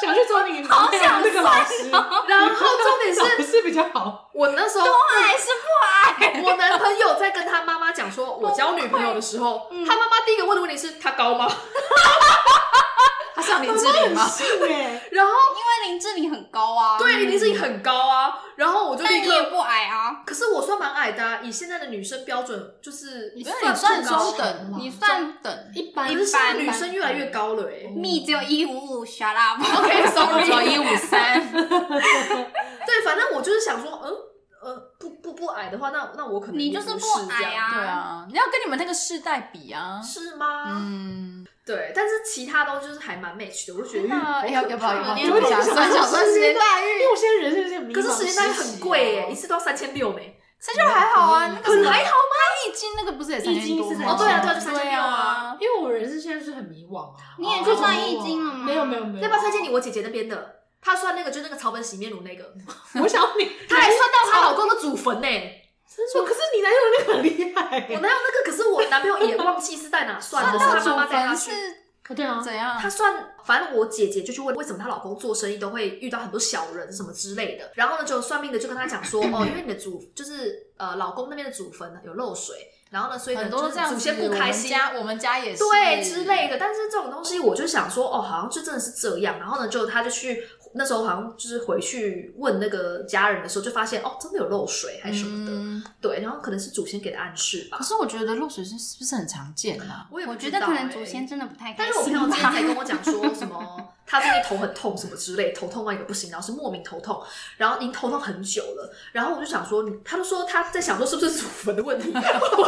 A: 想去做你好想那个老师，
B: 然后重点
A: 老
B: 是
A: 师比较好，
B: 我那时候嗯
D: 还是不矮？
B: 我男朋友在跟他妈妈讲说，我交女朋友的时候，他妈妈第一个问的问题是他高吗？
C: 他像林志玲吗？
A: 是哎，
B: 然后
D: 因为林志玲很高啊，
B: 对，林志颖很高啊，然后我就
D: 但
B: 立
D: 你也
B: 刻，
D: 不矮啊，
B: 可是我算蛮矮的啊、以现在的女生标准就是
C: 啊你
B: 不
C: 算
B: 高
C: 中等嘛，
D: 你算
C: 中 等，
A: 一般
B: 可是现在女生越来越高了哎、
D: 密只有一五五，shut up。
C: 只有
B: OK，sorry，
C: 一五三，
B: 对，反正我就是想说，嗯呃，不不不矮的话，那那我可能
D: 你
B: 也
D: 就是
B: 不
D: 不
B: 这
D: 矮
B: 样
D: 啊
C: 对啊，你要跟你们那个世代比啊，
B: 是吗？
C: 嗯。
B: 对，但是其他东西就是还蛮 match 的，我就觉得嗯
C: 那要要不要要不
A: 有
C: 要
A: 点
C: 讲
A: 不
C: 算讲算时间大
A: 因
C: 运？
A: 为我现在人生有点迷茫
B: 可是时间单很贵哎、一
A: 时期
B: 次都要三千六呢。
C: 三千六还好啊，那个
B: 很还
C: 好吗？易经那个不是也三
A: 易经
C: 千多
A: 是
C: 吗？
A: 3000哦对啊
B: 对啊就3000六啊
A: 哦，因为我人生现在就是很迷惘啊。
D: 你也
B: 去
D: 算易经了吗
A: 没有没有没有，
B: 嗯要不要推荐你我姐姐那边的？她算那个就那个草本洗面乳那 个，
A: 我想你，
B: 她还算到她老公的祖坟呢、
A: 我可是你男友那个很厉害
B: 我哪有那个？可是我男朋友也忘记是在哪算的，
C: 算
B: 是
C: 到
B: 他
C: 祖
B: 妈妈带他
C: 坟
B: 去。
C: 是
A: 欸，对啊，
C: 怎样
B: 她？算，反正我姐姐就去问为什么她老公做生意都会遇到很多小人什么之类的。 然后呢，就算命的就跟她讲说，哦，因为你的祖就是呃老公那边的祖坟呢有漏水，然后呢，所以呢，
C: 很多都
B: 就是
C: 这样
B: 祖
C: 子。
B: 先不开心，
C: 我们家我们家也是
B: 对之类的。但是这种东西，我就想说，哦，好像就真的是这样。然后呢，就他就去那时候好像就是回去问那个家人的时候，就发现哦，真的有漏水还是什么的。
C: 嗯
B: 对，然后可能是祖先给的暗示吧
C: 可。是我觉得漏水是是不是很常见啊？
B: 我也不
D: 我觉
B: 知
D: 得
B: 道
D: 可能
B: 欸
D: 祖先真的不太
B: 但
D: 开
B: 是我朋
D: 心啊
B: 友之前
D: 吧。
B: 才跟我讲说什么，他最近头很痛什么之类，头痛到一个不行，然后是莫名头痛，然后已经头痛很久了，然后我就想说，你他就说他在想说是不是祖坟的问题， 我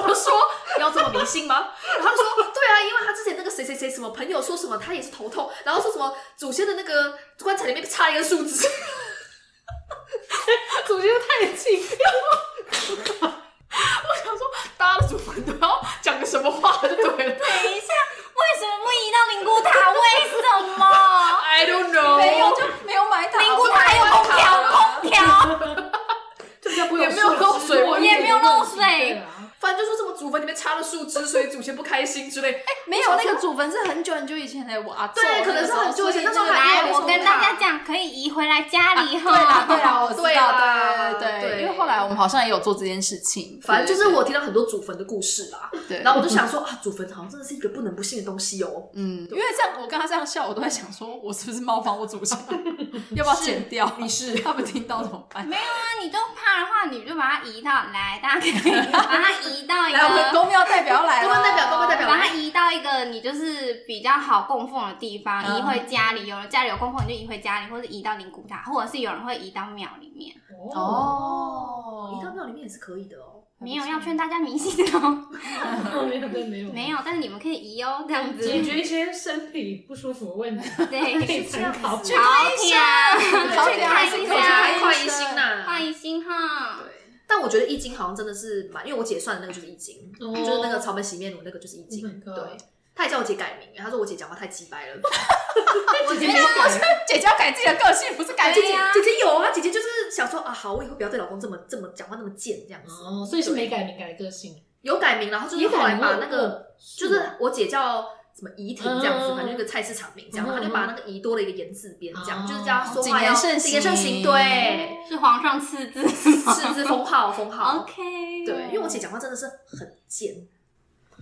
B: 就说你要这么迷信吗？然后他就说对啊，因为他之前那个谁谁谁什么朋友说什么他也是头痛，然后说什么祖先的那个棺材里面插一根树枝，
A: 祖先太近，
B: 大家的祖坟都要讲个什么话就对了
D: 等一下，为什么不移到灵骨塔？为什 么？
B: ，I don't know，
C: 没有就没有买塔，
D: 灵骨塔有空调，空调
A: 就比较不会
B: 也没有漏水
A: 问题
D: 也没有漏水
A: 对啊
B: 反正就说什么祖坟里面插了树枝，所以祖先不开心之类，
C: 没有那个祖坟是很久很久以前的我阿
B: 对可能是很久以前那时候还没有
D: 来，我跟大家讲，可以移回来家里哈、
C: 对啦对啦，我知
B: 对啦
C: 道，对对
B: 对
C: 对，因为后来我们好像也有做这件事情，
B: 反正就是我听到很多祖坟的故事啦，
C: 对，对
B: 然后我就想说啊，祖坟好像真的是一个不能不信的东西哦。
C: 嗯，因为这样我跟他这样笑，我都在想说，我是不是冒犯我祖先？ 要不要剪掉？你是他们听到怎么办？
D: 没有啊，你就怕的话，你就把它移到来，大家可以 把它移到一
C: 来，我们
D: 个，
C: 公庙代表来了，
B: 公庙代表公庙代表
D: 把它移到一个你就是比较好供奉的地方，
C: 嗯
D: 移回家里。有人家里有供奉，你就移回家里，或者移到灵骨塔，或者是有人会移到庙里面。
A: 哦，
B: 移到
C: 哦，
B: 庙里面也是可以的哦。
D: 没有要劝大家迷信哦，
A: 没有对
B: 嗯
A: 没有
D: 没有，但是你们可以移哦，这样子。
A: 解决一些身体不舒服的问题，可以
D: 对，
A: 参
D: 好
A: 考
D: 天，
C: 早点
D: 看
C: 还
D: 一下
B: 我
C: 是一
B: 去
C: 下
B: 看快医心呐。
D: 欢迎新号。
B: 但我觉得易经好像真的是蛮，因为我姐算的那个就是易经，
A: 哦
B: 就是那个草本洗面乳那个就是易经。
A: Oh my god
B: 对，她也叫我姐改名，她说我姐讲话太鸡掰了。
A: 我觉
C: 姐姐要改自己的个性，不是改
B: 姐
C: 自
B: 姐
C: 己。
B: 哎姐姐有啊，姐姐就是想说啊，好，我以后不要对老公这么这么讲话那么贱这样子。
A: 哦，所以是没改名改个性，
B: 有改名，然后就是后来把那个就
A: 就是
B: 我姐叫什么怡婷这样子，
A: 嗯
B: 反正一个菜市场名这样，
A: 嗯
B: 她就把那个怡多了一个言字边，这样
A: 哦
B: 就是叫她说
C: 谨
B: 话
C: 言
B: 要
C: 慎
B: 谨言慎行，
C: 行
B: 对，
D: 是皇上赐字
B: 是字封号封
A: 哦
B: 号。
D: ，OK，
B: 对，因为我姐讲话真的是很贱，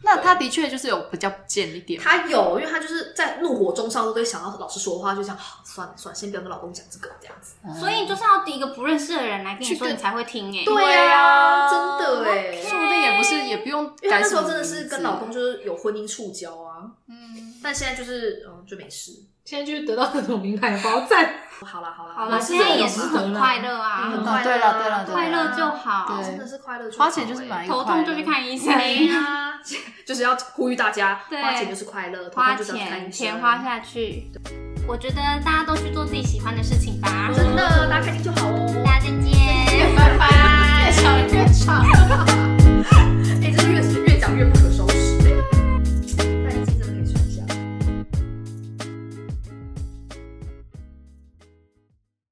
C: 那他的确就是有比较贱一点，
B: 她有，因为她就是在怒火中烧的时候，都会想到老师说的话，就想好算了算了，先不要跟老公讲这个这样子。
D: 所以就是要一个不认识的人来跟你
C: 去
D: 说，
C: 跟
D: 你才会听哎。
B: 对呀，真的哎，
C: 嗯说不定也不是，也不用
B: 因为她
C: 改
B: 那
C: 什
B: 时
C: 么
B: 候
C: 名字。
B: 真的是跟
D: 啊
B: 老公就是有婚姻触礁啊，
C: 嗯，
B: 但现在就是嗯就没事。
A: 现在就是得到各种名牌包赞，
B: 好啦好啦，
D: 好
B: 我
D: 了，
B: 是
D: 现在
B: 有
D: 也
B: 嘛
D: 是很快乐
A: 嗯
B: 很
A: 很
D: 啊，
B: 快乐
C: 对
B: 啊
C: 啦对啦对啦
D: 快乐就好，
C: 对
B: 真的是快乐就好，
C: 花钱就是买
B: 欸
C: 一个
D: 头痛就去看医生，
B: 没啊，就是要呼吁大家，
D: 对
B: 花钱就是快乐，
D: 花
B: 头痛就是要看
D: 钱
B: 医
D: 钱
B: 生
D: 花下去。我觉得大家都去做自己喜欢的事情吧。
B: 真的，大家开心就好哦哎